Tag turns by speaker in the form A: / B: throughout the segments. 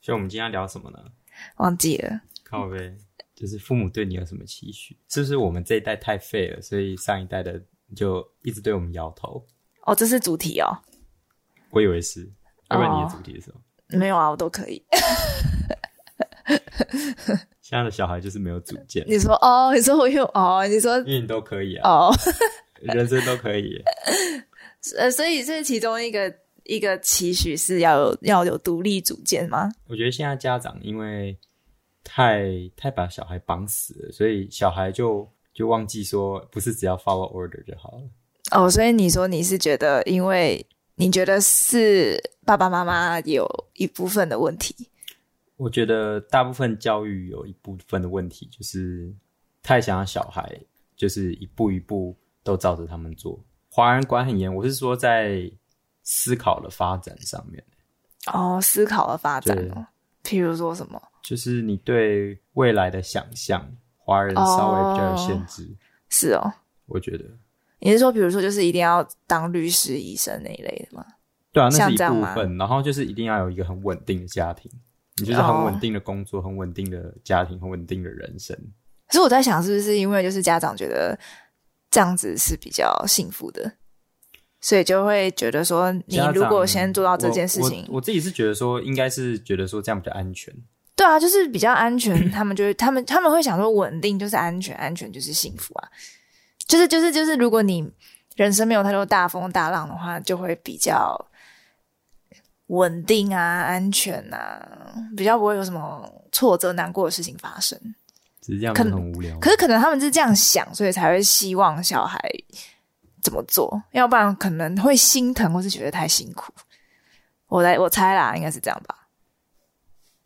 A: 所以我们今天要聊什么呢？
B: 忘记了，
A: 靠呗，就是父母对你有什么期许？是不是我们这一代太废了，所以上一代的就一直对我们摇头？
B: 哦，这是主题哦，
A: 我以为是，要不然你
B: 哦
A: 的主题是什么？
B: 没有啊，我都可以。
A: 现在的小孩就是没有主见，
B: 你说哦，你说我有哦，你说
A: 因为你都可以啊，
B: 哦，
A: 人生都可以。啊
B: 呃，所以这其中一个一个期许是要有要有独立主见吗？
A: 我觉得现在家长因为太太把小孩绑死了，所以小孩就就忘记说，不是只要 follow order 就好了。
B: 哦，所以你说你是觉得，因为你觉得是爸爸妈妈有一部分的问题，
A: 我觉得大部分教育有一部分的问题，就是太想要小孩，就是一步一步都照着他们做。华人管很严，我是说在思考的发展上面，
B: 哦，思考的发展
A: 对
B: 哦，譬如说什么，
A: 就是你对未来的想象，华人稍微比较有限制。
B: 是哦，
A: 我觉得，
B: 你是说，比如说就是一定要当律师、医生那一类的吗？
A: 对啊，那是
B: 像
A: 一
B: 这样
A: 部
B: 吗
A: 分。然后就是一定要有一个很稳定的家庭，你就是很
B: 哦
A: 稳定的工作、很稳定的家庭、很稳定的人生。
B: 所以我在想，是不是因为就是家长觉得这样子是比较幸福的，所以就会觉得说，你
A: 家
B: 如
A: 长
B: 果先做到这件事
A: 我
B: 情
A: 我，我自己是觉得说，应该是觉得说这样比较安全。
B: 对啊，就是比较安全。他们就会，他们他们会想说，稳定就是安全，安全就是幸福啊。就是就是就是，如果你人生没有太多大风大浪的话，就会比较稳定啊，安全啊，比较不会有什么挫折、难过的事情发生。
A: 只是这样
B: 可
A: 子
B: 能
A: 很无聊。
B: 可是可能他们是这样想，所以才会希望小孩怎么做，要不然可能会心疼，或是觉得太辛苦。我来我猜啦，应该是这样吧。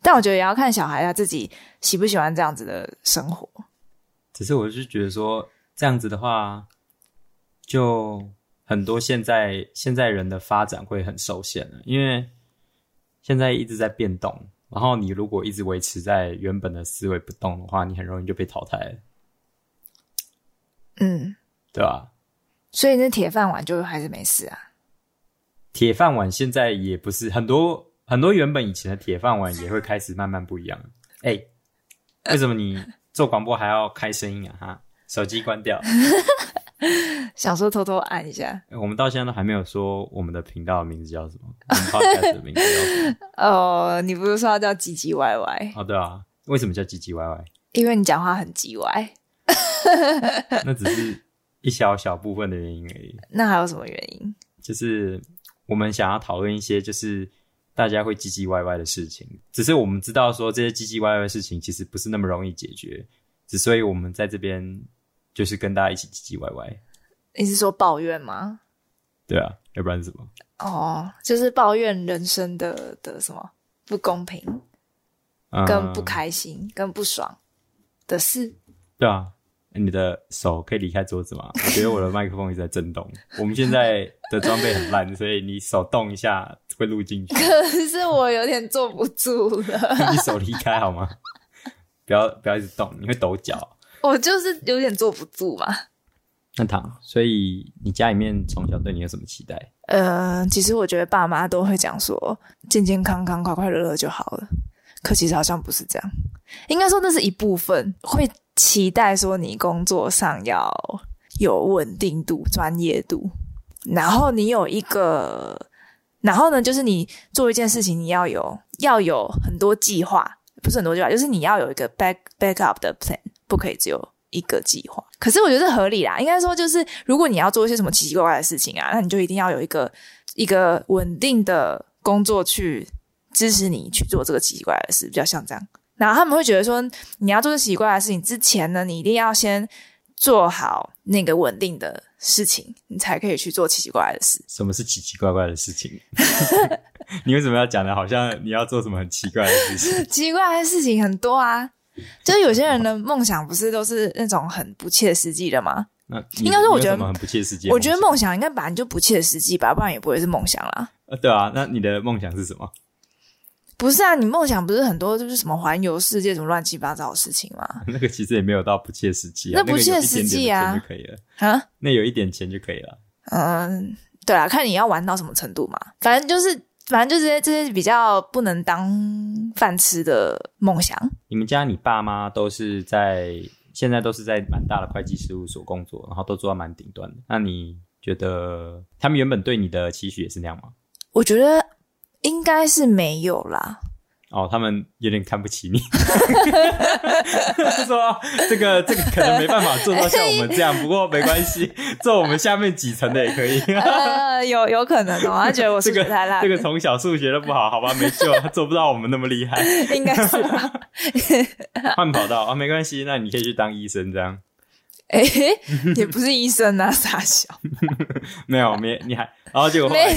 B: 但我觉得也要看小孩他自己喜不喜欢这样子的生活。
A: 只是我是觉得说，这样子的话，就很多现在现在人的发展会很受限了，因为现在一直在变动。然后你如果一直维持在原本的思维不动的话，你很容易就被淘汰了，
B: 嗯，
A: 对吧？
B: 所以那铁饭碗就还是没事啊。
A: 铁饭碗现在也不是很多很多原本以前的铁饭碗也会开始慢慢不一样。哎、为什么你做广播还要开声音啊？哈，手机关掉。
B: 想说偷偷按一下，
A: 哎我们到现在都还没有说我们的频道的名字叫什么， 我们 podcast 的名字叫什么？
B: 哦，你不是说要叫唧唧歪歪，
A: 哦，对啊，为什么叫唧唧歪歪？
B: 因为你讲话很唧歪，
A: 那只是一小小部分的原因而已。
B: 那还有什么原因？
A: 就是我们想要讨论一些就是大家会唧唧歪歪的事情，只是我们知道说这些唧唧歪歪的事情其实不是那么容易解决，只所以我们在这边就是跟大家一起唧唧歪歪，
B: 你是说抱怨吗？
A: 对啊，要不然是什么？
B: 哦，就是抱怨人生的的什么不公平、
A: 嗯
B: 跟不开心、跟不爽的事。
A: 对啊。你的手可以离开桌子吗？我觉得我的麦克风一直在震动。我们现在的装备很烂，所以你手动一下会录进去。
B: 可是我有点坐不住了，
A: 你手离开好吗？不要不要一直动，你会抖脚。
B: 我就是有点坐不住嘛。
A: 那糖，所以你家里面从小对你有什么期待？
B: 呃，其实我觉得爸妈都会讲说健健康康、快快乐乐就好了，可其实好像不是这样。应该说那是一部分，会期待说你工作上要有稳定度、专业度，然后你有一个，然后呢，就是你做一件事情，你要有要有很多计划，不是很多计划，就是你要有一个 back backup 的 plan，不可以只有。一个计划，可是我觉得合理啦。应该说，就是如果你要做一些什么奇奇怪怪的事情啊，那你就一定要有一个一个稳定的工作去支持你去做这个奇奇怪怪的事，比较像这样。然后他们会觉得说，你要做这奇奇怪怪的事情之前呢，你一定要先做好那个稳定的事情，你才可以去做奇奇怪怪的事。
A: 什么是奇奇怪怪的事情？ 你为什么要讲的好像你要做什么很奇怪的事情？
B: 奇怪的事情很多啊，就是有些人的梦想不是都是那种很不切实际的吗？
A: 那
B: 应该
A: 是
B: 说我觉得
A: 很不切实际。
B: 我觉得，梦想应该本来就不切实际吧，不然也不会是梦想啦。
A: 呃对啊，那你的梦想是什么？
B: 不是啊，你梦想不是很多就是什么环游世界什么乱七八糟的事情吗？
A: 那个其实也没有到不切实际啊，
B: 那不切实际啊
A: 那个有一点点的钱就可以了。那有一点钱就
B: 啊，
A: 可以了。
B: 嗯，对啊，看你要玩到什么程度嘛。反正就是反正就这些这些比较不能当饭吃的梦想。
A: 你们家你爸妈都是在现在都是在蛮大的会计事务所工作，然后都做到蛮顶端的。那你觉得他们原本对你的期许也是那样吗？
B: 我觉得应该是没有啦，
A: 哦，他们有点看不起你，就说哦这个这个可能没办法做到像我们这样，不过没关系，做我们下面几层的也可以。
B: 呃，有有可能哦，他觉得我
A: 这
B: 数
A: 个
B: 学太烂，
A: 这个从小数学都不好，好吧，没救，他做不到我们那么厉害。
B: 应该是吧。
A: 换跑道啊，没关系，那你可以去当医生这样。
B: 哎、也不是医生啊，傻笑。
A: 没有，没你还，然后结果后来，
B: 没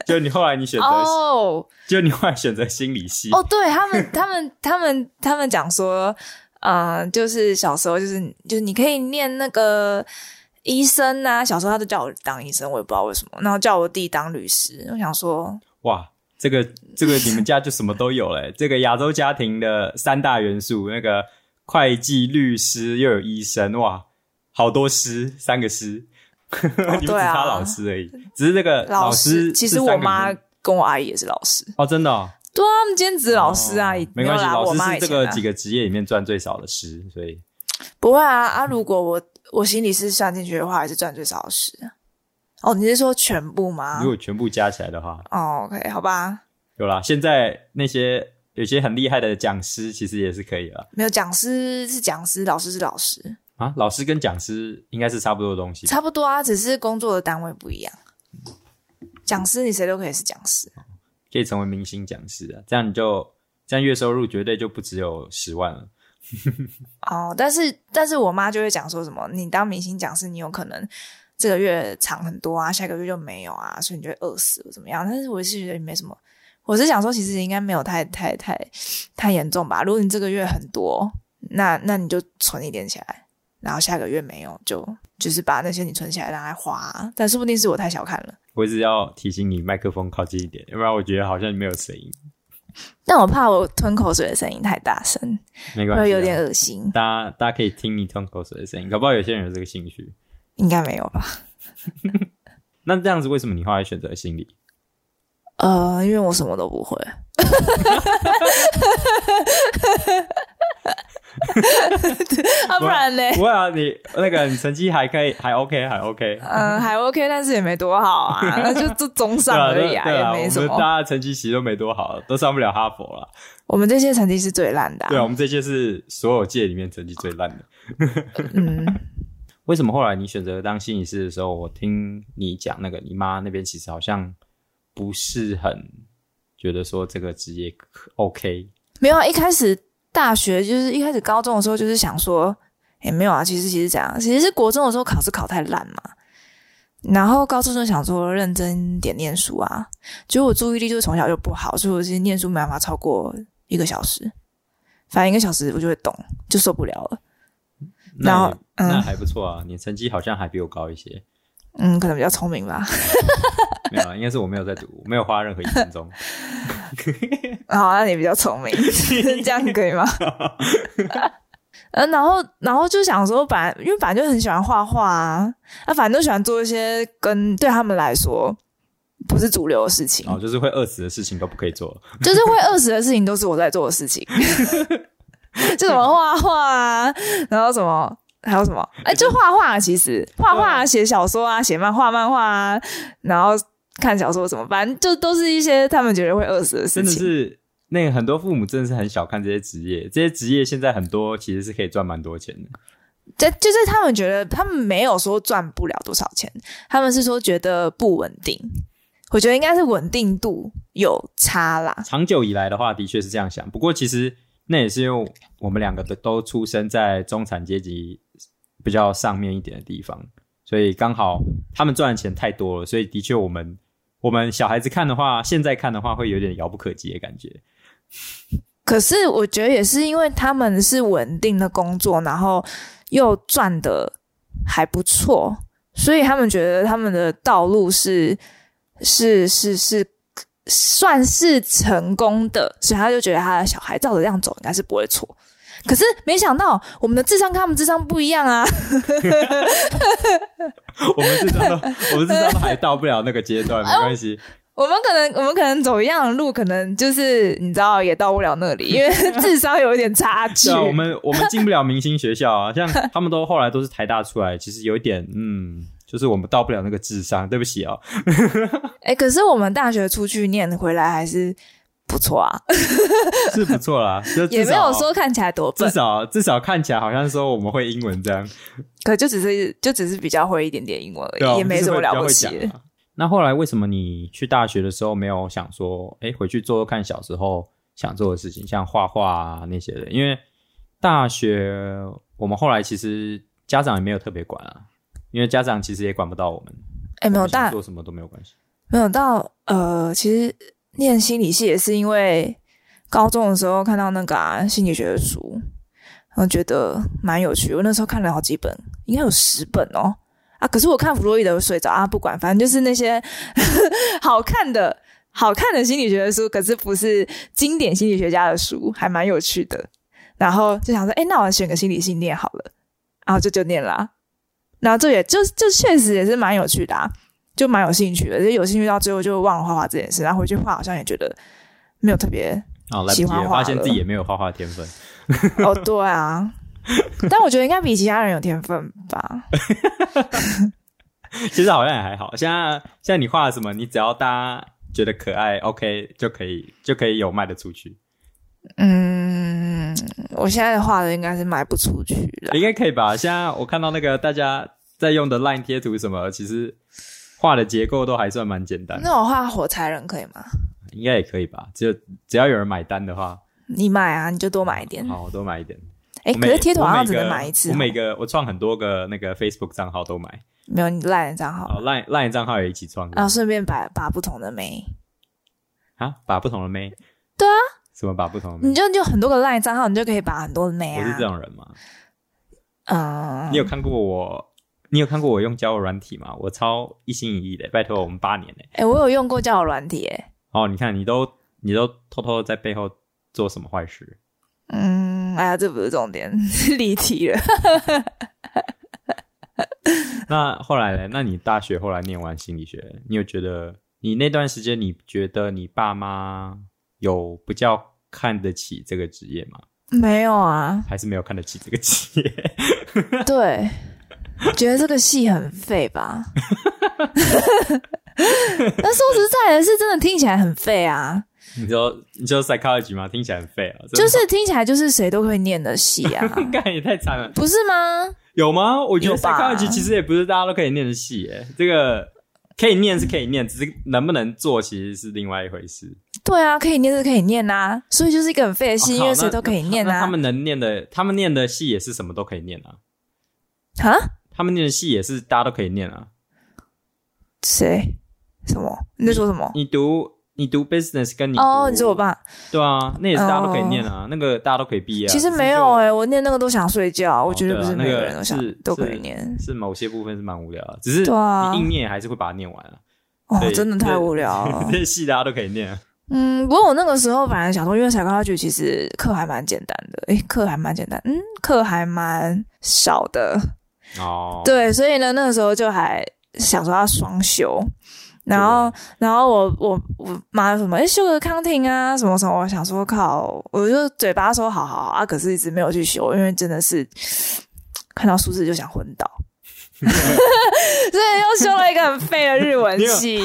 A: 就你后来你选择，
B: 哦
A: 就你后来选择心理系。
B: 哦，对他们，他们，他们，他们讲说，嗯、就是小时候，就是就是你可以念那个医生呐、小时候他就叫我当医生，我也不知道为什么，然后叫我弟当律师。我想说，
A: 哇，这个这个你们家就什么都有嘞、 这个亚洲家庭的三大元素，那个会计、律师又有医生，哇，好多师，三个师， 你们只
B: 对啊
A: 差老师而已，只是这个
B: 老
A: 师是三个名字。
B: 其实我妈跟我阿姨也是老师，
A: 哦，真的、哦，
B: 对啊，他们兼职老师啊，
A: 哦
B: 也
A: 没关系，
B: 有啦
A: 老
B: 我
A: 师
B: 妈
A: 是
B: 以
A: 这
B: 前
A: 个
B: 啊
A: 几个职业里面赚最少的师，所以
B: 不会啊啊！如果我我心理师算进去的话，还是赚最少的时。哦，你是说全部吗
A: 如？果全部加起来的话，
B: 哦，OK，好吧，
A: 有啦。现在那些有些很厉害的讲师，其实也是可以了
B: 没有讲师是讲师，老师是老师，
A: 啊。老师跟讲师应该是差不多的东西吧，
B: 差不多啊，只是工作的单位不一样。讲师你谁都可以是讲师，
A: 可以成为明星讲师啊，这样你就这样月收入绝对就不只有十万了。
B: 哦，但是但是我妈就会讲说什么，你当明星讲师，你有可能这个月长很多啊，下个月就没有啊，所以你就会饿死或怎么样？但是我是觉得没什么，我是想说，其实应该没有太太太太严重吧。如果你这个月很多，那那你就存一点起来，然后下个月没有，就就是把那些你存起来拿来花啊、但说不定是我太小看了，
A: 我只要提醒你麦克风靠近一点，要不然我觉得好像没有声音。
B: 但我怕我吞口水的声音太大声，
A: 没关系啊、
B: 会有点恶心，
A: 大家大家可以听你吞口水的声音，搞不好有些人有这个兴趣。
B: 应该没有吧？
A: 那这样子，为什么你后来选择心理？
B: 呃，因为我什么都 不会。啊，不然呢？
A: 不会啊，你那个你成绩还可以，还 OK，还 OK。
B: 嗯，还 OK，但是也没多好啊，那就就中上
A: 对啊，
B: 而
A: 对
B: 已
A: 啊，
B: 啊，
A: 对啊，
B: 也没
A: 我
B: 什
A: 们
B: 么。
A: 大家成绩其实都没多好，都上不了哈佛了。
B: 我们这些成绩是最烂的、
A: 对啊，我们这些是所有届里面成绩最烂的。
B: 嗯，
A: 为什么后来你选择当心理师的时候，我听你讲那个你妈那边其实好像不是很觉得说这个职业可 OK，
B: 没有啊。一开始大学就是一开始高中的时候，就是想说，也、没有啊。其实其实这样，其实是国中的时候考试考太烂嘛，然后高中就想说认真点念书啊。结果我注意力就是从小就不好，所以我其实念书没办法超过一个小时，反正一个小时我就会懂，就受不了了。
A: 那
B: 然后
A: 也
B: 嗯
A: 那还不错啊，你成绩好像还比我高一些。
B: 嗯，可能比较聪明吧。
A: 没有啊，应该是我没有在读，我没有花任何一分 钟。
B: 好，啊那你比较聪 明，这样可以吗？嗯，然后，然后就想说，本来因为本来就很喜欢画画啊，啊，反正都喜欢做一些跟对他们来说不是主流的事情，
A: 哦，就是会饿死的事情都不可以 做。
B: 就是会饿死的事情都是我在做的事 情，就什么画画啊，然后什么还有什么，哎、就画画啊，其实画画、啊、写小说啊，写漫画、漫画啊，然后看小说什么，反正就都是一些他们觉得会饿死的事
A: 真的
B: 情。
A: 是那个很多父母真的是很小看这些职业，这些职业现在很多其实是可以赚蛮多钱的。
B: 这就是他们觉得他们没有说赚不了多少钱，他们是说觉得不稳定。我觉得应该是稳定度有差啦。
A: 长久以来的话，的确是这样想。不过其实那也是因为我们两个都都出生在中产阶级比较上面一点的地方，所以刚好他们赚的钱太多了，所以的确我们我们小孩子看的话，现在看的话会有点遥不可及的感觉。
B: 可是我觉得也是因为他们是稳定的工作，然后又赚的还不错，所以他们觉得他们的道路是是是是算是成功的，所以他就觉得他的小孩照着这样走应该是不会错。可是没想到我们的智商跟他们智商不一样啊！
A: 我们智商都我们智商都还到不了那个阶段，没关系。
B: 我们可能我们可能走一样的路，可能就是你知道也到不了那里，因为智商有一点差距。
A: 对啊，我们我们进不了明星学校啊，像他们都后来都是台大出来，其实有一点，嗯，就是我们到不了那个智商，对不起哦。
B: 哎、可是我们大学出去念回来还是不错啊，
A: 是不错啦，就呃至
B: 也没
A: 少啊
B: 有说看起来多
A: 至
B: 笨，
A: 少至少看起来好像说我们会英文这样，
B: 可就只是就只是比较会一点点英文而已，
A: 对啊，
B: 也没什么了不
A: 我们
B: 起
A: 就是会比较会。讲啊那后来为什么你去大学的时候没有想说，哎，回去做做看小时候想做的事情，像画画啊那些的？因为大学我们后来其实家长也没有特别管啊，因为家长其实也管不到我们，
B: 哎、没
A: 我
B: 有
A: 们想
B: 大
A: 做什么都没有关系。
B: 没有到呃，其实念心理系也是因为高中的时候看到那个、啊、心理学的书，然后觉得蛮有趣。我那时候看了好几本，应该有十本哦。啊，可是我看弗洛伊德我睡着啊，不管，反正就是那些 好看的、好看的心理学的书，可是不是经典心理学家的书，还蛮有趣的。然后就想说，哎，那我选个心理系念好了，然后就就念啦、然后这也就就确实也是蛮有趣的啊。就蛮有兴趣的，就有兴趣到最后就忘了画画这件事，然后回去画好像也觉得没有特别
A: 啊，来不及
B: 喜欢
A: 了，
B: 画
A: 发现
B: 了
A: 自己也没有画画天 分。
B: 哦，对啊，但 我觉得应该比其他人有天分吧。
A: 其实好像也还好。现在现在你画什么，你只要大家觉得可爱，OK 就可以就可以有卖得出去，
B: 嗯，我现在画的应该是卖不出去 了。
A: 应该可以吧？现在我看到那个大家在用的 LINE 贴图什么，其实画的结构都还算蛮简单的，
B: 那我画火柴人可以吗？
A: 应该也可以吧？只有只要有人买单的话，
B: 你买啊，你就多买一点。
A: 好，我多买一点。
B: 哎，
A: 我
B: 可
A: 每
B: 是贴图好像只
A: 我每
B: 能
A: 个
B: 买一次
A: 我
B: 哦，
A: 每个我创很多个那个 Facebook 账号都买，
B: 没有你烂的账号
A: 好。，LINE LINE 账号也一起创
B: 然后顺便把把不同的眉，
A: 啊，把不同的妹。
B: 对嗯
A: 啊，什么把不同的妹
B: 你？就你就很多个烂账号，你就可以把很多的眉
A: 我是
B: 啊
A: 这，种人吗？
B: 嗯，
A: 你有看过我？你有看过我用交友软体吗？我超一心一意的，拜托我们八年嘞。
B: 哎，我有用过交友软体，哎，
A: 哦，你看你都你都偷偷地在背后做什么坏事？
B: 嗯，哎呀，这不是重点，离题了。
A: 那后来嘞？那你大学后来念完心理学，你有觉得你那段时间你觉得你爸妈有比较看得起这个职业吗？
B: 没有啊，
A: 还是没有看得起这个职业？
B: 对，觉得这个戏很废吧？但说实在的，是真的听起来很废啊，
A: 你说你说 psychology 吗？听起来很废啊，
B: 就是听起来就是谁都会念的戏啊，
A: 干也太惨了，
B: 不是吗？
A: 有吗？我觉得
B: 有吧
A: psychology 其实也不是大家都可以念的系耶，这个可以念是可以念，只是能不能做其实是另外一回事。
B: 对啊，可以念是可以念呐、所以就是一个很废的戏，
A: 哦
B: 因
A: 靠
B: 为
A: 那
B: 谁都可以念
A: 那他
B: 啊。
A: 们能念的，他们念的系也是什么都可以念啊，
B: 啊，
A: 他们念的系也是大家都可以念啊。
B: 谁？什么？你在说什么？
A: 你读你读 business 跟你
B: 哦，
A: 读
B: 你说我爸？哦
A: 对啊，那也是大家都可以念啊，那个大家都可以毕业、啊。
B: 其实
A: 只是
B: 没
A: 就
B: 有哎、我念那个都想睡觉，我觉得
A: 对
B: 不
A: 啊
B: 是
A: 那
B: 每
A: 个
B: 人都想、
A: 是
B: 都可
A: 是
B: 以念。
A: 是某些部分是蛮无聊的，只是
B: 欸对啊
A: 你硬念还是会把它念完啊。
B: 哦
A: 对，。
B: 真的太无聊了
A: 这些系大家都可以念、啊。
B: 嗯，不过我那个时候本来想说，因为采高局其实课还蛮简单的，诶，课还蛮简单，嗯，课还蛮少的，
A: 哦，
B: 对，所以呢，那个时候就还想说要双修，然后，然后我我我妈什么，诶，修个 counting 啊，什么什么，我想说靠，我就嘴巴说好好好啊，可是一直没有去修，因为真的是 看到数字就想昏倒。 所以又修了一个很废的日 文
A: 你有
B: 系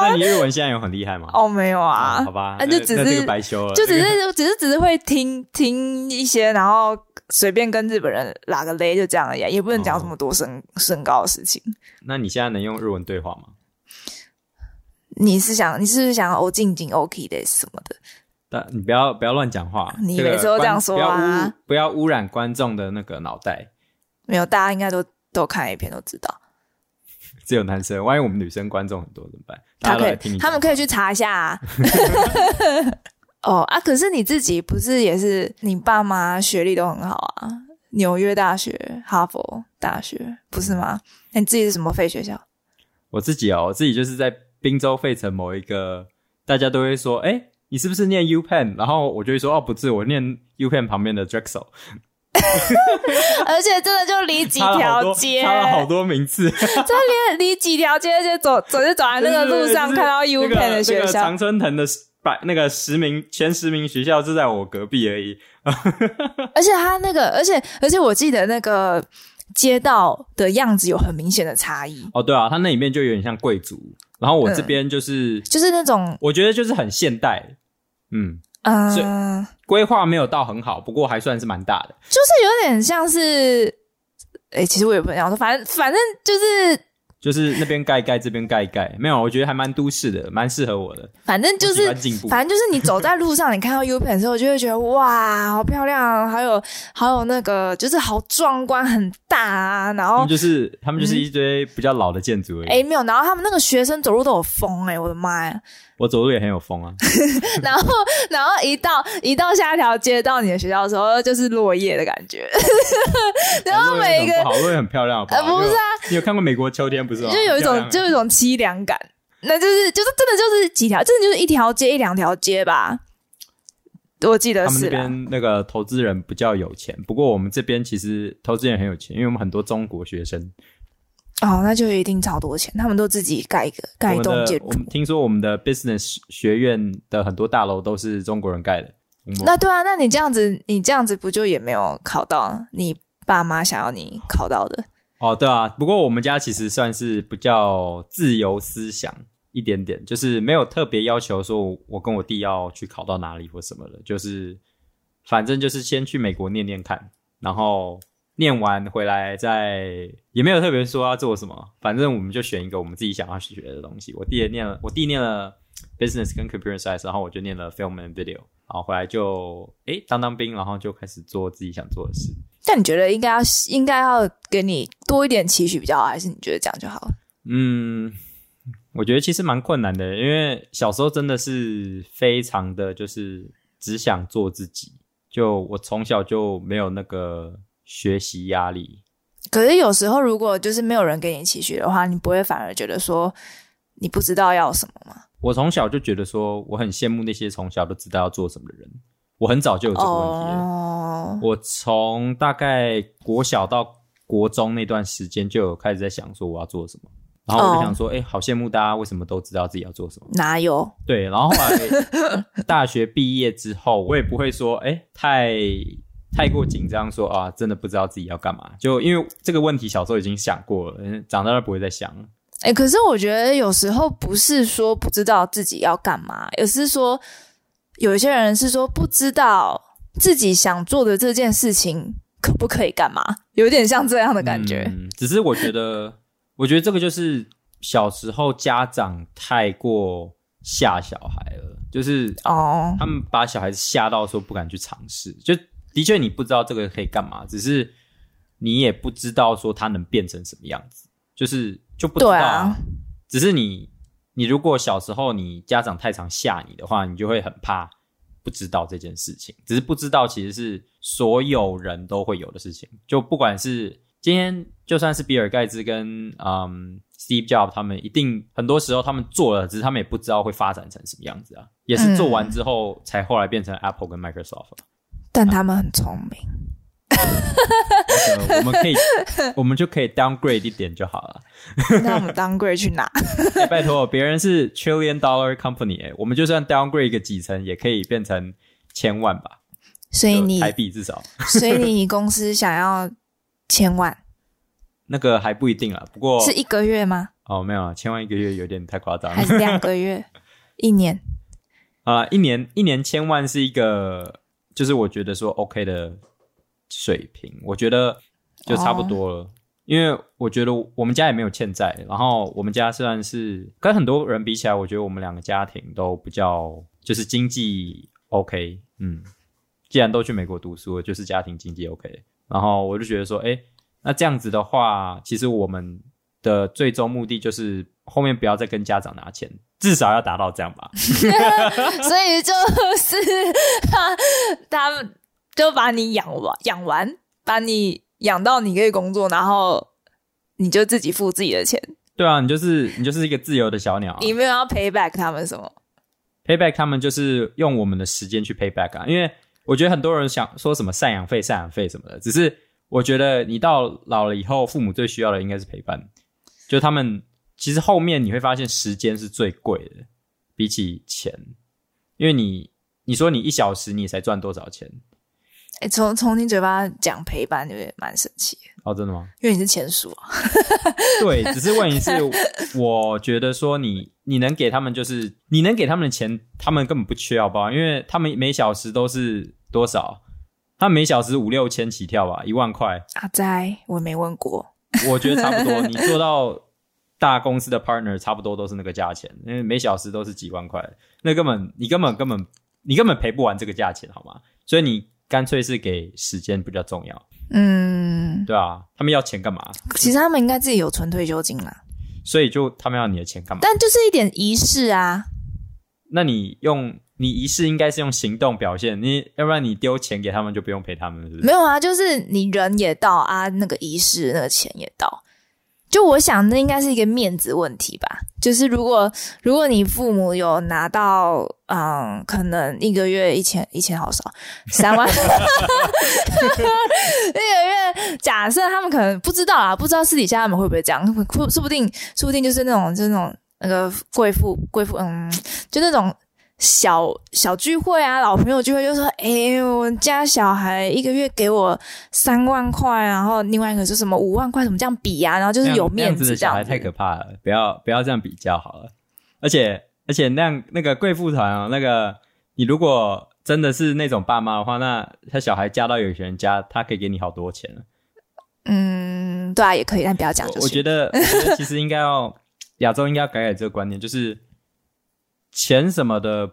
A: 那你日文现在有很厉害吗？
B: 啊哦，没有啊
A: 哦，好吧，
B: 那就只
A: 那这
B: 是
A: 个白修了，
B: 就只
A: 这个
B: 是只是只是会听听一些，然后随便跟日本人拉个勒，就这样而已啊，也不能
A: 哦
B: 讲什么多身、身高的事情。
A: 那你现在能用日文对话吗？
B: 你是想你是不是想欧静静 OK 的什么的？
A: 但你不要不要乱讲话，
B: 你
A: 个
B: 每次都这样
A: 观
B: 说啊
A: 不要污不要污染观众的那个脑袋。
B: 没有，大家应该都都看一篇都知道。
A: 只有男生，万一我们女生观众很多怎么办？大
B: 他
A: 家都
B: 可
A: 来
B: 以
A: 听你，讲
B: 他们可以去查一下、 啊。哦啊，可是你自己不是也是你爸妈学历都很好啊？纽约大学、哈佛大学不是吗？那你自己是什么废学校？
A: 我自己哦，我自己就是在滨州费城某一个，大家都会说，哎、你是不是念 U Penn？然后我就会说，哦，不是，我念 U Penn 旁边的 Drexel。
B: 而且真的就离几
A: 差了好
B: 条
A: 多
B: 街，
A: 差了好多名次。
B: 这 边离几条街就走，走就走在啊那个路 上，看到 U
A: 那个
B: Pen 的学
A: 那个
B: 校
A: 常，春藤的百那个十名前十名学校就在我隔壁而已。
B: 而且他那个，而且而且我记得那个街道的样子有很明显的差异，
A: 哦，对啊，它那里面就有点像贵族，然后我
B: 嗯
A: 这边就是、
B: 就是那种
A: 我觉得就是很现代，嗯，
B: 嗯、
A: 所规划没有到很好，不过还算是蛮大的。
B: 就是有点像是，哎、其实我也不能这样说，反正反正就是
A: 就是那边盖一盖，这边盖一盖，没有，我觉得还蛮都市的，蛮适合我的，
B: 反正就
A: 我喜
B: 是
A: 欢进步。
B: 反正就是你走在路上，你看到 U 盘的时候，就会觉得哇，好漂亮，啊还有还有那个就是好壮观，很大啊。然
A: 他
B: 后
A: 们就是他们就是一堆比较老的建筑而已。
B: 嗯哎、没有，然后他们那个学生走路都有风哎、我的妈呀！
A: 我走路也很有风 啊，
B: 然后然后一到一到下一条街到你的学校的时候，就是落叶的感觉， 然后
A: 路也
B: 每一个
A: 很不好，路也很漂亮好好，
B: 呃不是
A: 啊，你有看过美国秋天不是吗？
B: 就有
A: 很
B: 一
A: 漂
B: 种
A: 亮啊
B: 就有一种凄凉感。那就是就是真的就是几条，真的就是一条街一两条街吧。我记得
A: 他们
B: 是
A: 那
B: 啦，
A: 边那个投资人比较有钱，不过我们这边其实投资人很有钱，因为我们很多中国学生。
B: 哦，那就一定超多钱，他们都自己盖一个盖一
A: 我
B: 栋
A: 们的
B: 建筑
A: 我。们听说我们的 business 学院的很多大楼都是中国人盖的。我们
B: 那对啊，那你这样子，你这样子不就也没有考到你爸妈想要你考到的？
A: 哦，对啊，不过我们家其实算是比较自由思想一点点，就是没有特别要求说我跟我弟要去考到哪里或什么的，就是反正就是先去美国念念看，然后念完回来再也没有特别说要做什么，反正我们就选一个我们自己想要学的东西。我弟也念了，我弟念了 business 跟 computer science，然后我就念了 film and video，然后回来就诶当当兵，然后就开始做自己想做的事。
B: 但你觉得应该要应该要给你多一点期许比较好，还是你觉得这样就好了？
A: 嗯，我觉得其实蛮困难的，因为小时候真的是非常的就是只想做自己，就我从小就没有那个学习压力。
B: 可是有时候如果就是没有人给你期许的话，你不会反而觉得说你不知道要什么吗？
A: 我从小就觉得说，我很羡慕那些从小都知道要做什么的人。我很早就有这个问题了。
B: 哦，
A: 我从大概国小到国中那段时间就有开始在想说我要做什么，然后我就
B: 哦
A: 想说，哎、好羡慕大家为什么都知道自己要做什么。
B: 哪有？
A: 对，然后后来 大学毕业之后，我也不会说，哎，太太过紧张说，啊，真的不知道自己要干嘛。就因为这个问题，小时候已经想过了，嗯长大了不会再想了。
B: 哎、可是我觉得有时候不是说不知道自己要干嘛，而是说有一些人是说不知道自己想做的这件事情可不可以干嘛，有点像这样的感觉。
A: 嗯，只是我觉得，我觉得这个就是小时候家长太过吓小孩了，就是
B: 哦，
A: 他们把小孩子吓到说不敢去尝试，就的确你不知道这个可以干嘛，只是你也不知道说它能变成什么样子，就是就不知道、
B: 对啊
A: 只是你你如果小时候你家长太常吓你的话，你就会很怕不知道这件事情。只是不知道其实是所有人都会有的事情，就不管是今天就算是比尔盖茨跟嗯 Steve Jobs 他们，一定很多时候他们做了，只是他们也不知道会发展成什么样子啊。也是做完之后、才后来变成 Apple 跟 Microsoft 啊。
B: 但他们很聪明。
A: 呃我们可以，我们就可以 downgrade 一点就好了。
B: 那我们当贵去哪？
A: 欸拜托，别人是 trillion dollar company，、欸、我们就算 downgrade 一个几层，也可以变成千万吧，
B: 所以
A: 就
B: 哎你，
A: 台币至少
B: 所以你公司想要千万、
A: 那个还不一定啦。不过
B: 是一个月吗？
A: 哦，没有啊，千万一个月有点太夸张
B: 还是两个月？一年？
A: 啊、一年一年千万是一个，就是我觉得说 OK 的水平，我觉得就差不多了。因为我觉得我们家也没有欠债，然后我们家虽然是跟很多人比起来，我觉得我们两个家庭都比较就是经济 OK，嗯，既然都去美国读书了，就是家庭经济 OK。然后我就觉得说，哎，那这样子的话，其实我们的最终目的就是后面不要再跟家长拿钱，至少要达到这样吧。
B: 所以就是他他们就把你养完，养完把你养到你可以工作，然后你就自己付自己的钱，
A: 对啊，你就是你就是一个自由的小鸟、啊。
B: 你没有要 pay back 他们什么。
A: payback 他们就是用我们的时间去 payback 啊，因为我觉得很多人想说什么赡养费、赡养费什么的，只是我觉得你到老了以后，父母最需要的应该是陪伴。就他们其实后面你会发现，时间是最贵的，比起钱，因为你你说你一小时你才赚多少钱？
B: 哎，从从你嘴巴讲陪伴，就也蛮神奇的，
A: 哦，真的吗？
B: 因为你是前数啊。
A: 对，只是问题是，我觉得说你你能给他们就是你能给他们的钱，他们根本不缺，好不好？因为他们每小时都是多少？他们每小时五六千起跳吧，一万块，
B: 阿斋，我没问过，
A: 我觉得差不多。你做到大公司的 partner，差不多都是那个价钱，因为每小时都是几万块，那根本你根本根本你根本赔不完这个价钱，好吗？所以你干脆是给时间比较重要，
B: 嗯，
A: 对啊，他们要钱干嘛？
B: 其实他们应该自己有存退休金啦，
A: 所以就他们要你的钱干嘛？
B: 但就是一点仪式啊，
A: 那你用你仪式应该是用行动表现，你要不然你丢钱给他们就不用陪他们，是不是？
B: 没有啊，就是你人也到啊，那个仪式那个钱也到。就我想，那应该是一个面子问题吧。就是如果如果你父母有拿到，嗯，可能一个月一千一千好少，三万，一 个月假设他们可能不知道啊，不知道私底下他们会不会这样，说说不定说不定就是那种就是那种那个贵妇贵妇，嗯，就那种小小聚会啊，老朋友聚会就说，诶、我家小孩一个月给我三万块，然后另外一个是什么五万块，怎么这样比啊？然后就是有
A: 那样
B: 面
A: 那样子
B: 子
A: 的
B: 这
A: 小
B: 样
A: 孩
B: 子
A: 太可怕了，不要不要这样比较好了。而且而且那样那个贵妇团啊，那个你如果真的是那种爸妈的话，那他小孩嫁到有钱人家，他可以给你好多钱。啊
B: 嗯，对啊，也可以，但不要讲就
A: 我
B: 是。
A: 我觉得，我觉得其实应该要亚洲应该要改改这个观念，就是钱什么的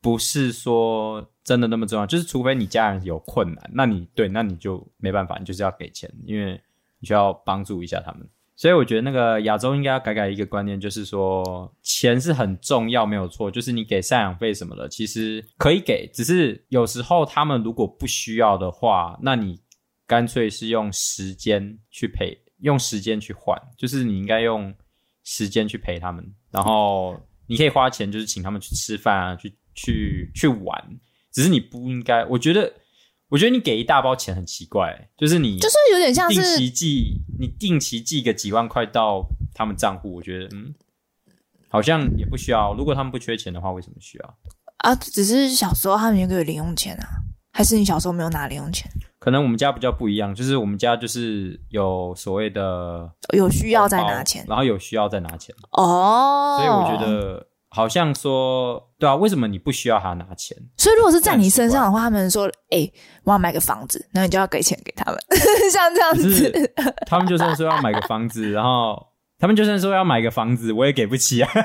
A: 不是说真的那么重要，就是除非你家人有困难，那你对，那你就没办法，你就是要给钱，因为你需要帮助一下他们。所以我觉得那个亚洲应该要改改一个观念，就是说钱是很重要，没有错。就是你给赡养费什么的，其实可以给，只是有时候他们如果不需要的话，那你干脆是用时间去陪，用时间去换，就是你应该用时间去陪他们，然后你可以花钱，就是请他们去吃饭啊，去去去玩。只是你不应该，我觉得，我觉得你给一大包钱很奇怪，就是你
B: 就是有点像
A: 定
B: 是
A: 期寄，你定期寄个几万块到他们账户，我觉得嗯，好像也不需要。如果他们不缺钱的话，为什么需要？
B: 啊，只是小时候他们也给零用钱啊，还是你小时候没有拿零用钱？
A: 可能我们家比较不一样，就是我们家就是有所谓的
B: 有需要再
A: 红包
B: 拿钱
A: 然后有需要再拿钱，
B: 哦。
A: 所以我觉，得好像说对啊，为什么你不需要他拿钱？
B: 所以如果是在你身上的话，他们说：“哎、我要买个房子，那你就要给钱给他们。” 像这样
A: 可
B: 子
A: 是，他们就算说要买个房子，然后他们就算说要买个房子，我也给不起啊。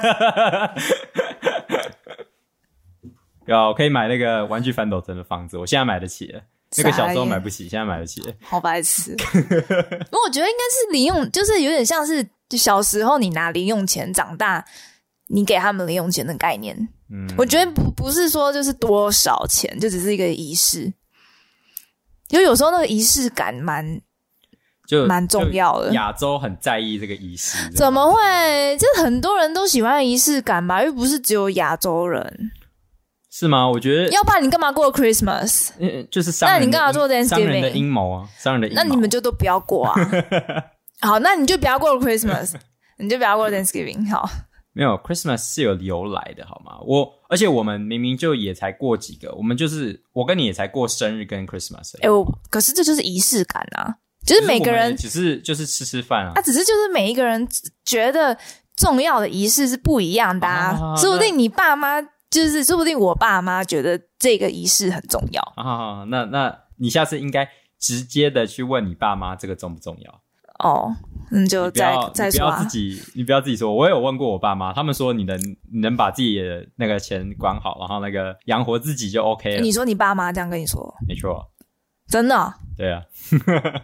A: 有可以买那个玩具反斗城的房子，我现在买得起了。那个小时候买不起，现在买得起了。
B: 好白痴。不过我觉得应该是零用，就是有点像是就小时候你拿零用钱，长大你给他们零用钱的概念。
A: 嗯，
B: 我觉得不不是说就是多少钱，就只是一个仪式。就有时候那个仪式感蛮
A: 就
B: 蛮重要的
A: 就亚洲很在意这个仪式，
B: 怎么会？这很多人都喜欢仪式感吧，又不是只有亚洲人。
A: 是吗？我觉得，
B: 要不然你干嘛过 Christmas？
A: 呃就是商人的
B: 那你干嘛做
A: 阴
B: Thanksgiving？
A: 商人的阴谋啊？商人的阴谋
B: 那你们就都不要 过啊。好，那你就不要过 Christmas，你就不要过 Thanksgiving。好，
A: 没有 Christmas 是有由来的，好吗？我而且我们明明就也才过几个，我们就是我跟你也才过生日跟 Christmas 而已。
B: 哎、我可是这就是仪式感啊，就是每个人
A: 只是就是吃吃饭啊
B: 啊，。只是就是每一个人觉得重要的仪式是不一样的啊，
A: 啊
B: 说不定你爸妈就是，说不定我爸妈觉得这个仪式很重要
A: 啊，那那你下次应该直接的去问你爸妈这个重不重要？
B: 哦，那就
A: 你不
B: 再
A: 要
B: 再
A: 你不
B: 说
A: 要
B: 啊
A: 自。己，你不要自己说。我有问过我爸妈，他们说你能你能把自己的那个钱管好，然后那个养活自己就 OK 了
B: 哎你。说你爸妈这样跟你说，
A: 没错，
B: 真的哦、
A: 对啊，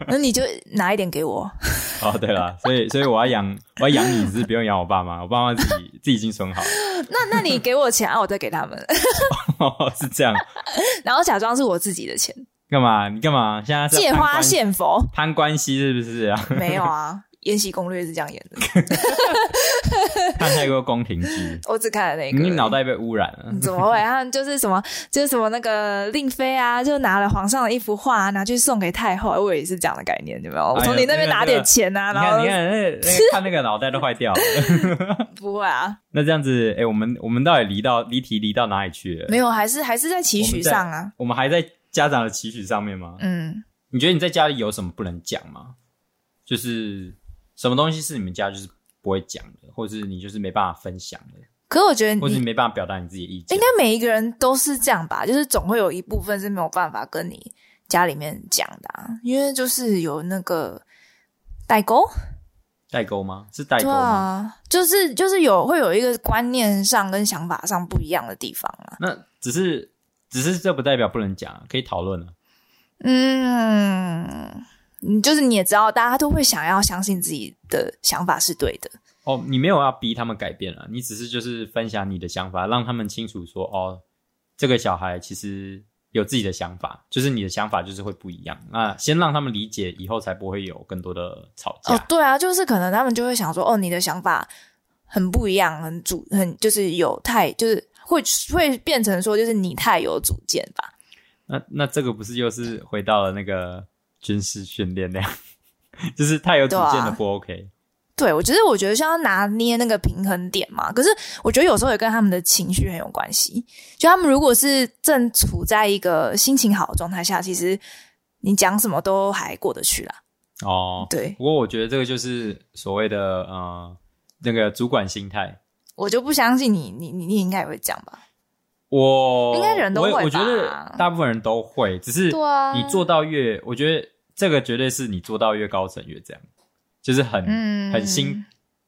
B: 那你就拿一点给我。
A: 哦对了，所以所以我要养我要养你，只是不用养我爸妈，我爸妈自己自己已经存好了
B: 那那你给我钱啊，我再给他们，
A: 哦， 是这样。
B: 然后假装是我自己的钱，
A: 干嘛？你干嘛？现在是要
B: 借
A: 攀
B: 花
A: 关
B: 献佛。
A: 攀关系是不是啊？
B: 没有啊，延禧攻略》是这样演的，
A: 看太多宫 廷剧，
B: 我只看了那个。
A: 你脑袋被污染了
B: 嗯。怎么会？他们就是什么，就是什么那个令妃啊，就拿了皇上的一幅画、拿去送给太后，我也是这样的概念，有没有？我从你那边拿点钱啊，
A: 你
B: 然后
A: 看，哎你看，那个 那个看那个脑袋都坏掉了。
B: 不会啊，
A: 那这样子，哎、我们我们到底离到离题离到哪里去了？
B: 没有，还是还是在期许上啊。
A: 我们还在家长的期许上面吗？
B: 嗯，
A: 你觉得你在家里有什么不能讲吗？就是什么东西是你们家就是不会讲的，或是你就是没办法分享的，
B: 可是我觉得
A: 或是
B: 你
A: 你没办法表达你自己的意见
B: 嗯应该？每一个人都是这样吧，就是总会有一部分是没有办法跟你家里面讲的、啊，因为就是有那个代沟。
A: 代沟吗？是代沟
B: 对
A: 吗？
B: 啊，就是就是有会有一个观念上跟想法上不一样的地方啊。
A: 那只是只是这不代表不能讲啊，可以讨论啊。
B: 嗯，你就是你也知道，大家都会想要相信自己的想法是对的。
A: 哦，你没有要逼他们改变啊，你只是就是分享你的想法，让他们清楚说，哦，这个小孩其实有自己的想法，就是你的想法就是会不一样。那先让他们理解，以后才不会有更多的吵架。
B: 哦，对啊，就是可能他们就会想说，哦，你的想法很不一样，很主很就是有太就是会会变成说，就是你太有主见吧。
A: 那那这个不是又是回到了那个军事训练那样， 就是太有主见的
B: 对啊
A: 不 OK。
B: 对，我觉得我觉得是要拿捏那个平衡点嘛。可是我觉得有时候也跟他们的情绪很有关系。就他们如果是正处在一个心情好的状态下，其实你讲什么都还过得去啦。
A: 哦，
B: 对
A: 不过我觉得这个就是所谓的呃那个主管心态。
B: 我就不相信你，你你你应该也会讲吧？
A: 我
B: 应该人都会
A: 我
B: 吧
A: 我觉得大部分人都会，只是
B: 对啊
A: 你做到越，我觉得这个绝对是你做到越高层越这样，就是很、
B: 嗯，
A: 很心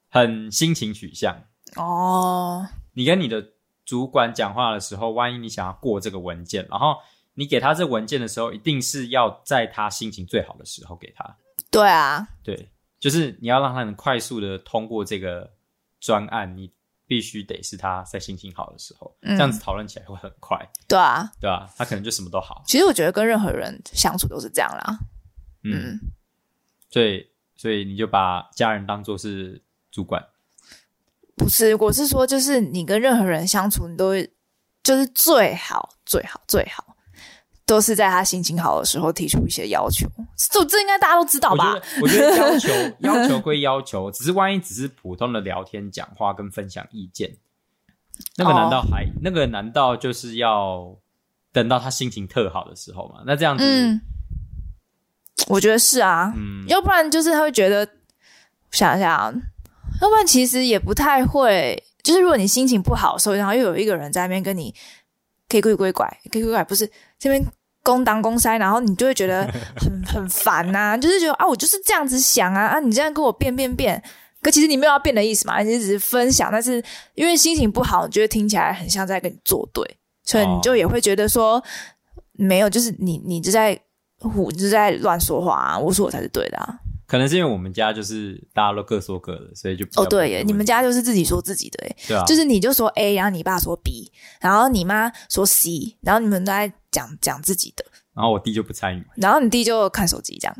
A: 很心情取向。
B: 哦，
A: 你跟你的主管讲话的时候，万一你想要过这个文件，然后你给他这文件的时候，一定是要在他心情最好的时候给他。
B: 对啊，
A: 对，就是你要让他能快速的通过这个专案，你必须得是他在心情好的时候，
B: 嗯
A: 这样子讨论起来会很快，
B: 对啊。
A: 对吧、他可能就什么都好，
B: 其实我觉得跟任何人相处都是这样啦。
A: 嗯，
B: 嗯，
A: 所以所以你就把家人当做是主管，
B: 不是，我是说，就是你跟任何人相处，你都会就是最好、最好、最好，都是在他心情好的时候提出一些要求。这这应该大家都知道
A: 我觉
B: 吧
A: 得？我觉得要求 要求归要求，只是万一只是普通的聊天、讲话跟分享意见，那个
B: 哦
A: 难道还、那个难道就是要等到他心情特好的时候嘛？那这样子，
B: 嗯，我觉得是啊，
A: 嗯
B: 要不然就是他会觉得，想一下啊，要不然其实也不太会。就是如果你心情不好的时候，然后又有一个人在那边跟你可以鬼鬼拐，可以鬼拐，不是这边公当公塞，然后你就会觉得 很很烦呐、就是觉得啊，我就是这样子想啊，啊，你这样跟我变变变。可其实你没有要变的意思嘛，你只是分享，但是因为心情不好，你就会听起来很像在跟你作对，所以你就也会觉得说，没有，就是你你就在胡，你就在乱说话、啊，我说我才是对的啊。
A: 可能是因为我们家就是大家都各说各的，所以就比较
B: 哦，对
A: 不会
B: 耶，
A: 有
B: 你们
A: 问题
B: 家就是自己说自己的耶，
A: 对啊，
B: 就是你就说 A，然后你爸说 B，然后你妈说 C，然后你们都在讲讲自己的，
A: 然后我弟就不参与，
B: 然后你弟就看手机这样，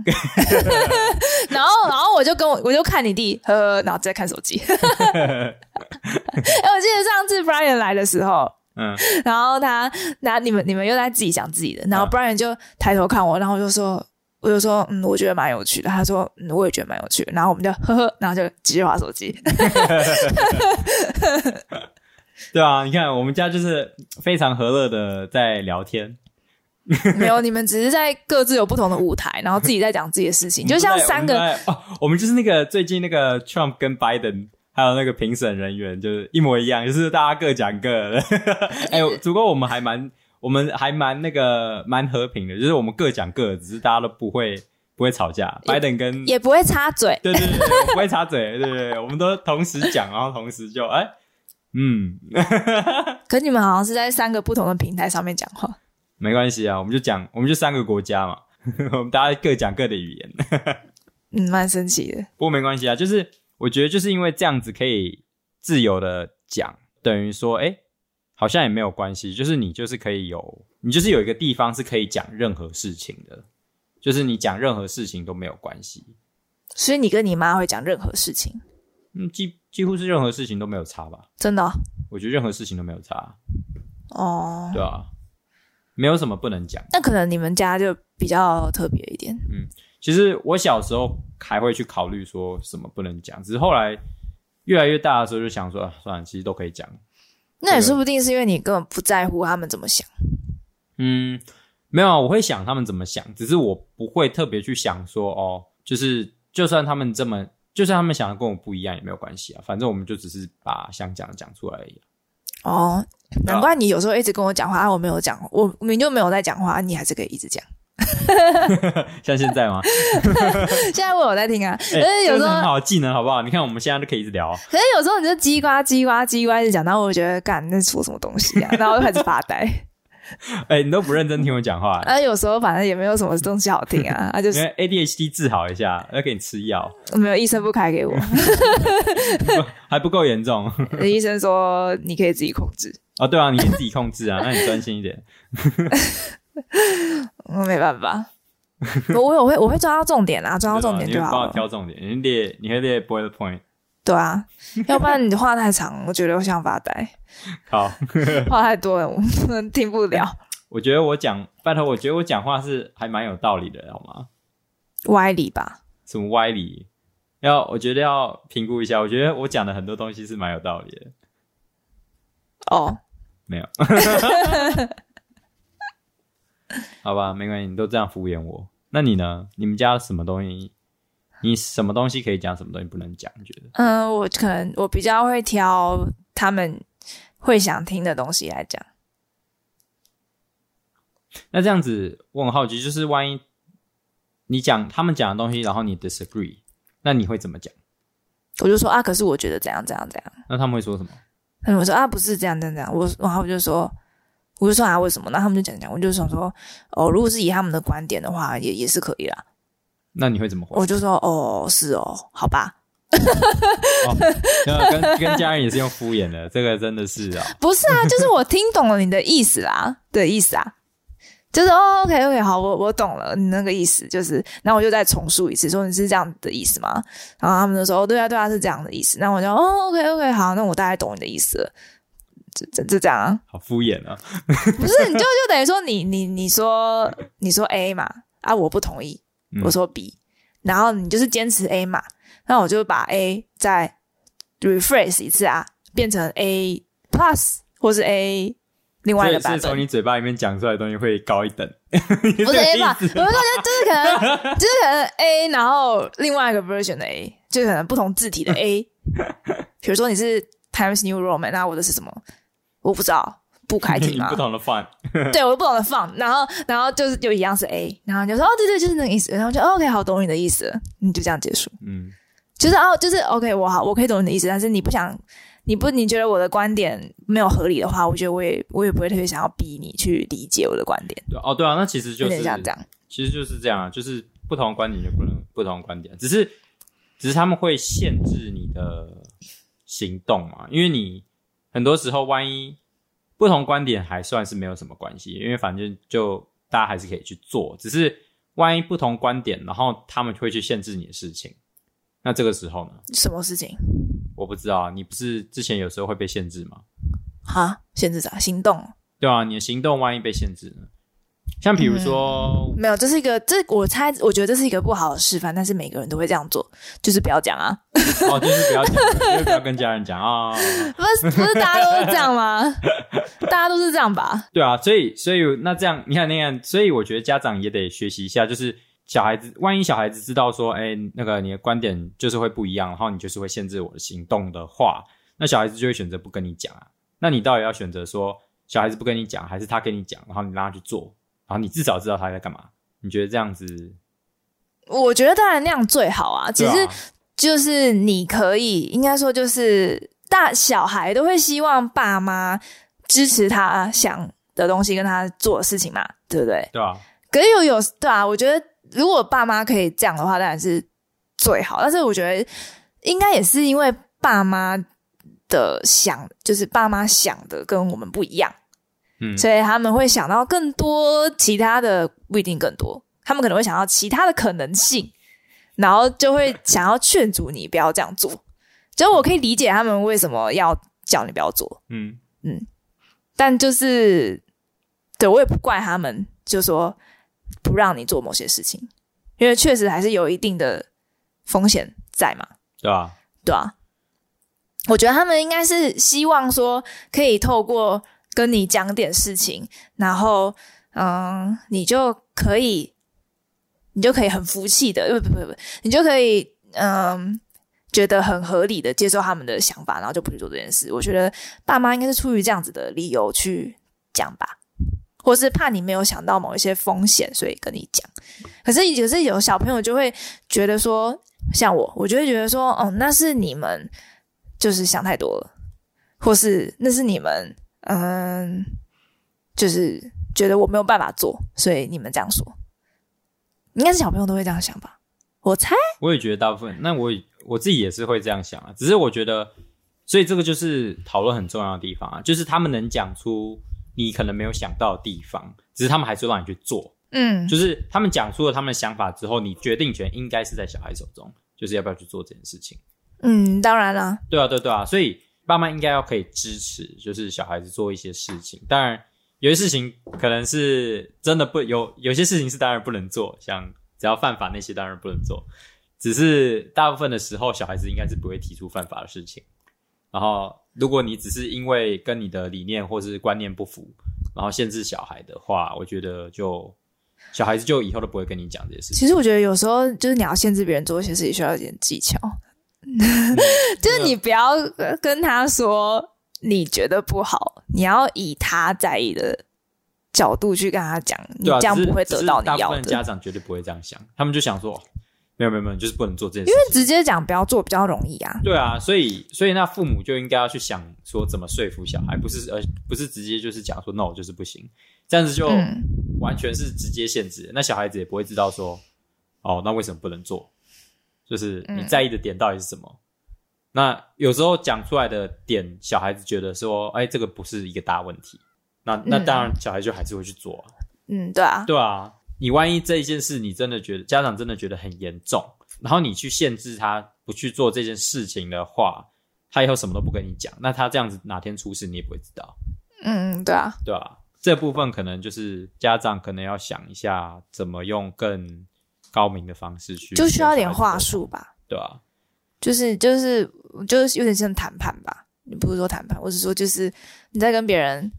B: 然后然后我就跟我我就看你弟，呃，然后在看手机。 哎、我记得上次 Brian 来的时候，
A: 嗯，
B: 然后他那你们你们又在自己讲自己的，然后
A: 嗯
B: Brian 就抬头看我，然后我就说。我就说，嗯，我觉得蛮有趣的。他说，嗯，我也觉得蛮有趣的。然后我们就呵呵，然后就继续划手机。
A: 对啊，你看我们家就是非常和乐的在聊天，
B: 没有，你们只是在各自有不同的舞台，然后自己在讲自己的 事情，就像三
A: 我
B: 个。
A: 们在哦，我们就是那个最近那个 Trump 跟 Biden。还有那个评审人员就是一模一样，就是大家各讲各的。 哎、不过我们还蛮，我们还蛮那个蛮和平的，就是我们各讲各的，只是大家都不会不会吵架。拜登跟
B: 也不会插嘴，
A: 对对对对，不会插嘴， 对对对，我们都同时讲，然后同时就哎、嗯，
B: 可你们好像是在三个不同的平台上面讲话。
A: 没关系啊，我们就讲，我们就三个国家嘛， 我们大家各讲各的语言。
B: 嗯，蛮神奇的。
A: 不过没关系啊，就是我觉得就是因为这样子可以自由的讲，等于说，哎、好像也没有关系，就是你就是可以有，你就是有一个地方是可以讲任何事情的，就是你讲任何事情都没有关系。
B: 所以你跟你妈会讲任何事情，
A: 嗯，几几乎是任何事情都没有差吧？
B: 真的哦
A: 我觉得任何事情都没有差，
B: 哦。
A: 对啊，没有什么不能讲。
B: 那可能你们家就比较特别一点，
A: 其实我小时候还会去考虑说什么不能讲，只是后来越来越大的时候就想说，啊、算了，其实都可以讲。
B: 那也
A: 这个
B: 说不定是因为你根本不在乎他们怎么想。
A: 嗯，没有啊，我会想他们怎么想，只是我不会特别去想说哦，就是就算他们这么，就算他们想的跟我不一样也没有关系啊，反正我们就只是把想讲的讲出来而已啊、
B: 哦，
A: 啊
B: 难怪你有时候一直跟我讲话，啊，我没有讲，我明明就没有在讲话，你还是可以一直 讲。
A: 像现 在吗？
B: 现在我有在听啊，
A: 哎
B: 可是有
A: 这
B: 时
A: 是很
B: 候，
A: 好的技能，好不好？你看我们现在就可以一直聊啊，
B: 可是有时候你就叽呱叽呱叽呱一直讲，然后我就觉得干那说什么东西啊，然后我就开始发 呆。
A: 哎、你都不认真听我讲 话、
B: 啊，有时候反正也没有什么东西好听啊，啊就
A: 因
B: 是
A: 为 ADHD 治好一下，要给你吃药，
B: 没有医生不开 给我，
A: 还不够严重
B: 医生说你可以自己控制，
A: 哦。对啊，你可以自己控制啊，那你专心一 点。
B: 我嗯没办法。我我有会我会抓到重点 啊，抓到重点
A: 你
B: 就
A: 会帮
B: 好
A: 我
B: 了。
A: 挑重点，你列你会列 bullet point。
B: 对啊，要不然你话太长，我觉得我想发呆，
A: 好，
B: 话太多了，我听不了。
A: 我觉得我讲，拜托，我觉得我讲话是还蛮有道理的，好吗？
B: 歪理吧？
A: 什么歪理，要我觉得要评估一下。我觉得我讲的很多东西是蛮有道理的，
B: 哦，
A: 没有？好吧，没关系，你都这样敷衍我。那你呢？你们家什么东西？你什么东西可以讲，什么东西不能讲？你觉得？
B: 嗯，我可能我比较会挑他们会想听的东西来讲。
A: 那这样子，我很好奇，就是万一你讲他们讲的东西，然后你 disagree，那你会怎么讲？
B: 我就说啊，可是我觉得怎样怎样怎样。
A: 那他们会说什么？
B: 他们说啊，不是这样这样这样。我然后我就说，我就说啊，为什么？然后他们就讲讲，我就想说，哦，如果是以他们的观点的话，也也是可以啦。
A: 那你会怎么回？
B: 我就说哦，是哦，好吧，
A: 哦，那跟跟家人也是用敷衍的，这个真的是啊、
B: 不是啊，就是我听懂了你的意思啦的意思啊。就是哦，OK OK，好，我我懂了，你那个意思就是，然后我就再重述一次，说你是这样的意思吗？然后他们就说，哦，对啊，对啊，是这样的意思。那我就哦，OK OK，好，那我大概懂你的意思了，就就就这样啊。
A: 好敷衍啊。
B: 不是，你就就等于说你你你说你说 A 嘛，啊，我不同意
A: 嗯，
B: 我说 B，、然后你就是坚持 A 嘛，那我就把 A 再 rephrase 一次啊，变成 A plus 或是 A 另外
A: 所
B: 一
A: 以
B: 个版
A: 是从
B: 本，
A: 你嘴巴里面讲出来的东西会高一等，
B: 不是 A 吧？
A: 意
B: 我
A: 思
B: 就说就是可能 就是可能 A，然后另外一个 version 的 A，就是可能不同字体的 A，比如说你是 Times New Roman，那我的是什么？我不知道，不开
A: 你
B: 庭 啊
A: 不。同的 fun。
B: 对，我就不懂得放，然后然后就是就一样是 A，然后你就说哦对对就是那个意思，然后就、哦 OK 好懂你的意思了，你就这样结束，
A: 嗯，
B: 就是哦就是 OK 我好我可以懂你的意思，但是你不想你不你觉得我的观点没有合理的话，我觉得我也我也不会特别想要逼你去理解我的观点，
A: 对啊哦，对啊，那其实就
B: 有
A: 是
B: 点像这样，
A: 其实就是这样啊，就是不同的观点就不能不同的观点，只是只是他们会限制你的行动嘛，因为你很多时候万一不同观点还算是没有什么关系，因为反正就大家还是可以去做，只是万一不同观点，然后他们会去限制你的事情，那这个时候呢，
B: 什么事情
A: 我不知道啊，你不是之前有时候会被限制吗？
B: 哈？限制啥？行动
A: 对啊，你的行动万一被限制呢？像比如说，
B: 没有，这是一个这我猜我觉得这是一个不好的示范，但是每个人都会这样做，就是不要讲啊，
A: 哦，就是不要讲，就是不要跟家人讲啊。
B: 不是不是大家都是这样 吗？大家都是这样吧？
A: 对啊，所以所以那这样，你看那样，所以我觉得家长也得学习一下，就是小孩子，万一小孩子知道说，哎，那个你的观点就是会不一样，然后你就是会限制我的行动的话，那小孩子就会选择不跟你讲啊。那你到底要选择说，小孩子不跟你讲，还是他跟你讲，然后你让他去做，然后你至少知道他在干嘛？你觉得这样子？
B: 我觉得当然那样最好啊，只
A: 对
B: 是
A: 啊、
B: 就是你可以，应该说就是大小孩都会希望爸妈支持他想的东西，跟他做的事情嘛，对不对？
A: 对啊，
B: 可是有有对啊，我觉得如果爸妈可以这样的话，当然是最好。但是我觉得应该也是因为爸妈的想，就是爸妈想的跟我们不一样，
A: 嗯，
B: 所以他们会想到更多其他的，不一定更多，他们可能会想到其他的可能性。然后就会想要劝阻你不要这样做。就我可以理解他们为什么要叫你不要做，
A: 嗯，
B: 但就是对我也不怪他们，就说不让你做某些事情，因为确实还是有一定的风险在嘛。
A: 对吧、
B: 对啊，我觉得他们应该是希望说可以透过跟你讲点事情，然后嗯，你就可以，你就可以很服气的，呃不不不不，你就可以嗯。觉得很合理的接受他们的想法，然后就不去做这件事。我觉得爸妈应该是出于这样子的理由去讲吧，或是怕你没有想到某一些风险，所以跟你讲。可是，可是有小朋友就会觉得说，像我，我就会觉得说，哦，那是你们就是想太多了，或是那是你们嗯，就是觉得我没有办法做，所以你们这样说，应该是小朋友都会这样想吧？我猜，
A: 我也觉得大部分，那我也我自己也是会这样想啊，只是我觉得，所以这个就是讨论很重要的地方啊，就是他们能讲出你可能没有想到的地方，只是他们还是让你去做，
B: 嗯，
A: 就是他们讲出了他们的想法之后，你决定权应该是在小孩手中，就是要不要去做这件事情。
B: 嗯，当然啦，
A: 对啊，对对啊，所以爸妈应该要可以支持，就是小孩子做一些事情。当然，有些事情可能是真的不有，有些事情是当然不能做，像只要犯法那些当然不能做。只是大部分的时候，小孩子应该是不会提出犯法的事情。然后，如果你只是因为跟你的理念或是观念不符，然后限制小孩的话，我觉得就小孩子就以后都不会跟你讲这些事情。
B: 其实我觉得有时候就是你要限制别人做一些事情，需要一点技巧，
A: 嗯
B: 就是你不要呃跟他说你觉得不好，你要以他在意的角度去跟他讲，你
A: 对啊，
B: 这样
A: 只是
B: 不会
A: 只
B: 得
A: 是
B: 到你
A: 大部
B: 要
A: 分
B: 的。
A: 家长绝对不会这样想，他们就想说，没有没有没有，就是不能做这件事情。
B: 直接讲不要做比较容易啊。
A: 对啊，所以所以那父母就应该要去想说怎么说服小孩，不是呃不是直接就是讲说 no 就是不行，这样子就
B: 嗯
A: 完全是直接限制，那小孩子也不会知道说哦那为什么不能做，就是你
B: 嗯
A: 在意的点到底是什么。那有时候讲出来的点，小孩子觉得说哎这个不是一个大问题，那那当然小孩就还是会去做、啊。
B: 嗯，对 啊，
A: 对啊，你万一这一件事你真的觉得家长真的觉得很严重，然后你去限制他不去做这件事情的话，他以后什么都不跟你讲，那他这样子哪天出事你也不会知道，
B: 嗯，对啊，
A: 对啊，这部分可能就是家长可能要想一下怎么用更高明的方式去，
B: 就需要点话，术吧，
A: 对啊，
B: 就是就是就是有点像谈判吧，你不是说谈判，我是说就是你在跟别人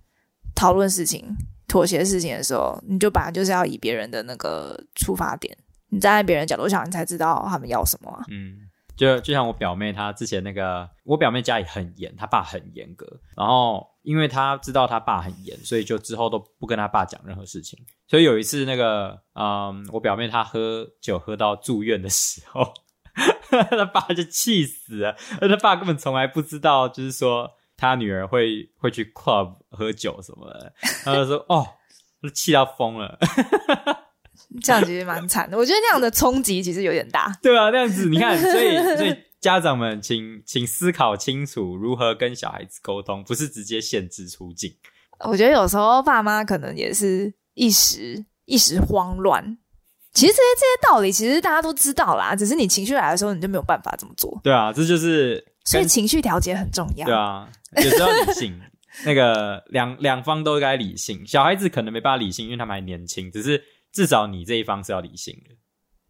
B: 讨论事情、妥协事情的时候，你就本来就是要以别人的那个出发点，你站在别人角度上，你才知道他们要什么啊。
A: 嗯，就就像我表妹，她之前那个，我表妹家里很严，她爸很严格，然后因为她知道她爸很严，所以就之后都不跟她爸讲任何事情。所以有一次，那个，嗯，我表妹她喝酒喝到住院的时候， 她爸就气死了，而她爸根本从来不知道，就是说她女儿会会去 club 喝酒什么的，他就说哦，都气到疯了。
B: 这样其实蛮惨的，我觉得那样的冲击其实有点大。
A: 对啊，那样子你看，所以所以家长们请请思考清楚如何跟小孩子沟通，不是直接限制出境。
B: 我觉得有时候爸妈可能也是一时一时慌乱。其实这些这些道理，其实大家都知道啦，只是你情绪来的时候，你就没有办法这么做，
A: 对啊，这就是
B: 所以
A: 跟
B: 情绪调节很重要。
A: 对啊，有时候理性。那个两两方都该理性，小孩子可能没办法理性，因为他们还年轻。只是至少你这一方是要理性的，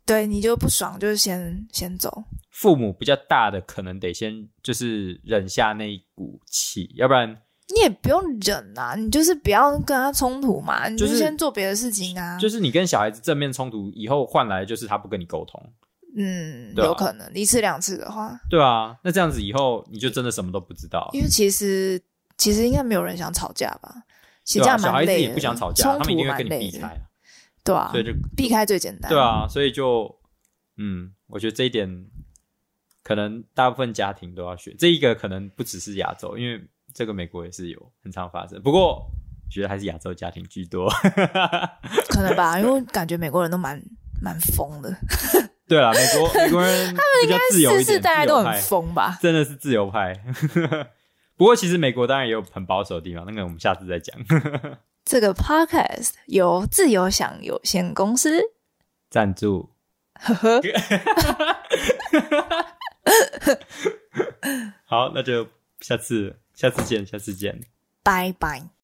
B: 对你就不爽，就是先先走。
A: 父母比较大的可能得先就是忍下那一股气，要不然
B: 你也不用忍啊，你就是不要跟他冲突嘛，你
A: 就是
B: 先做别的事情啊。
A: 就是你跟小孩子正面冲突以后换来就是他不跟你沟通，
B: 嗯，
A: 对啊
B: 有可能一次两次的话，
A: 对啊，那这样子以后你就真的什么都不知道。啊
B: 因为其实其实应该没有人想吵架吧，其实这
A: 对啊
B: 样
A: 小
B: 蛮
A: 孩
B: 累
A: 子也
B: 的。
A: 不想吵架，
B: 冲
A: 他们
B: 突
A: 一定会
B: 蛮
A: 跟你
B: 累
A: 避开
B: 的，
A: 啊，嗯
B: 对啊
A: 所，以就
B: 避开最简单。
A: 对，啊，所以就嗯，我觉得这一点可能大部分家庭都要学，这一个可能不只是亚洲，因为这个美国也是有很常发生，不过我觉得还是亚洲家庭居多。
B: 可能吧，因为我感觉美国人都蛮蛮疯的，
A: 对啦，美国美国人 比较自由一
B: 世
A: 点，
B: 世代代都
A: 自由派
B: 很疯吧？
A: 真的是自由派。 不过其实美国当然也有很保守的地方，那个我们下次再讲。
B: 这个 podcast 由自由享有限公司
A: 赞助
B: 呵呵，
A: 好，那就下次下次见，下次见，
B: 拜拜。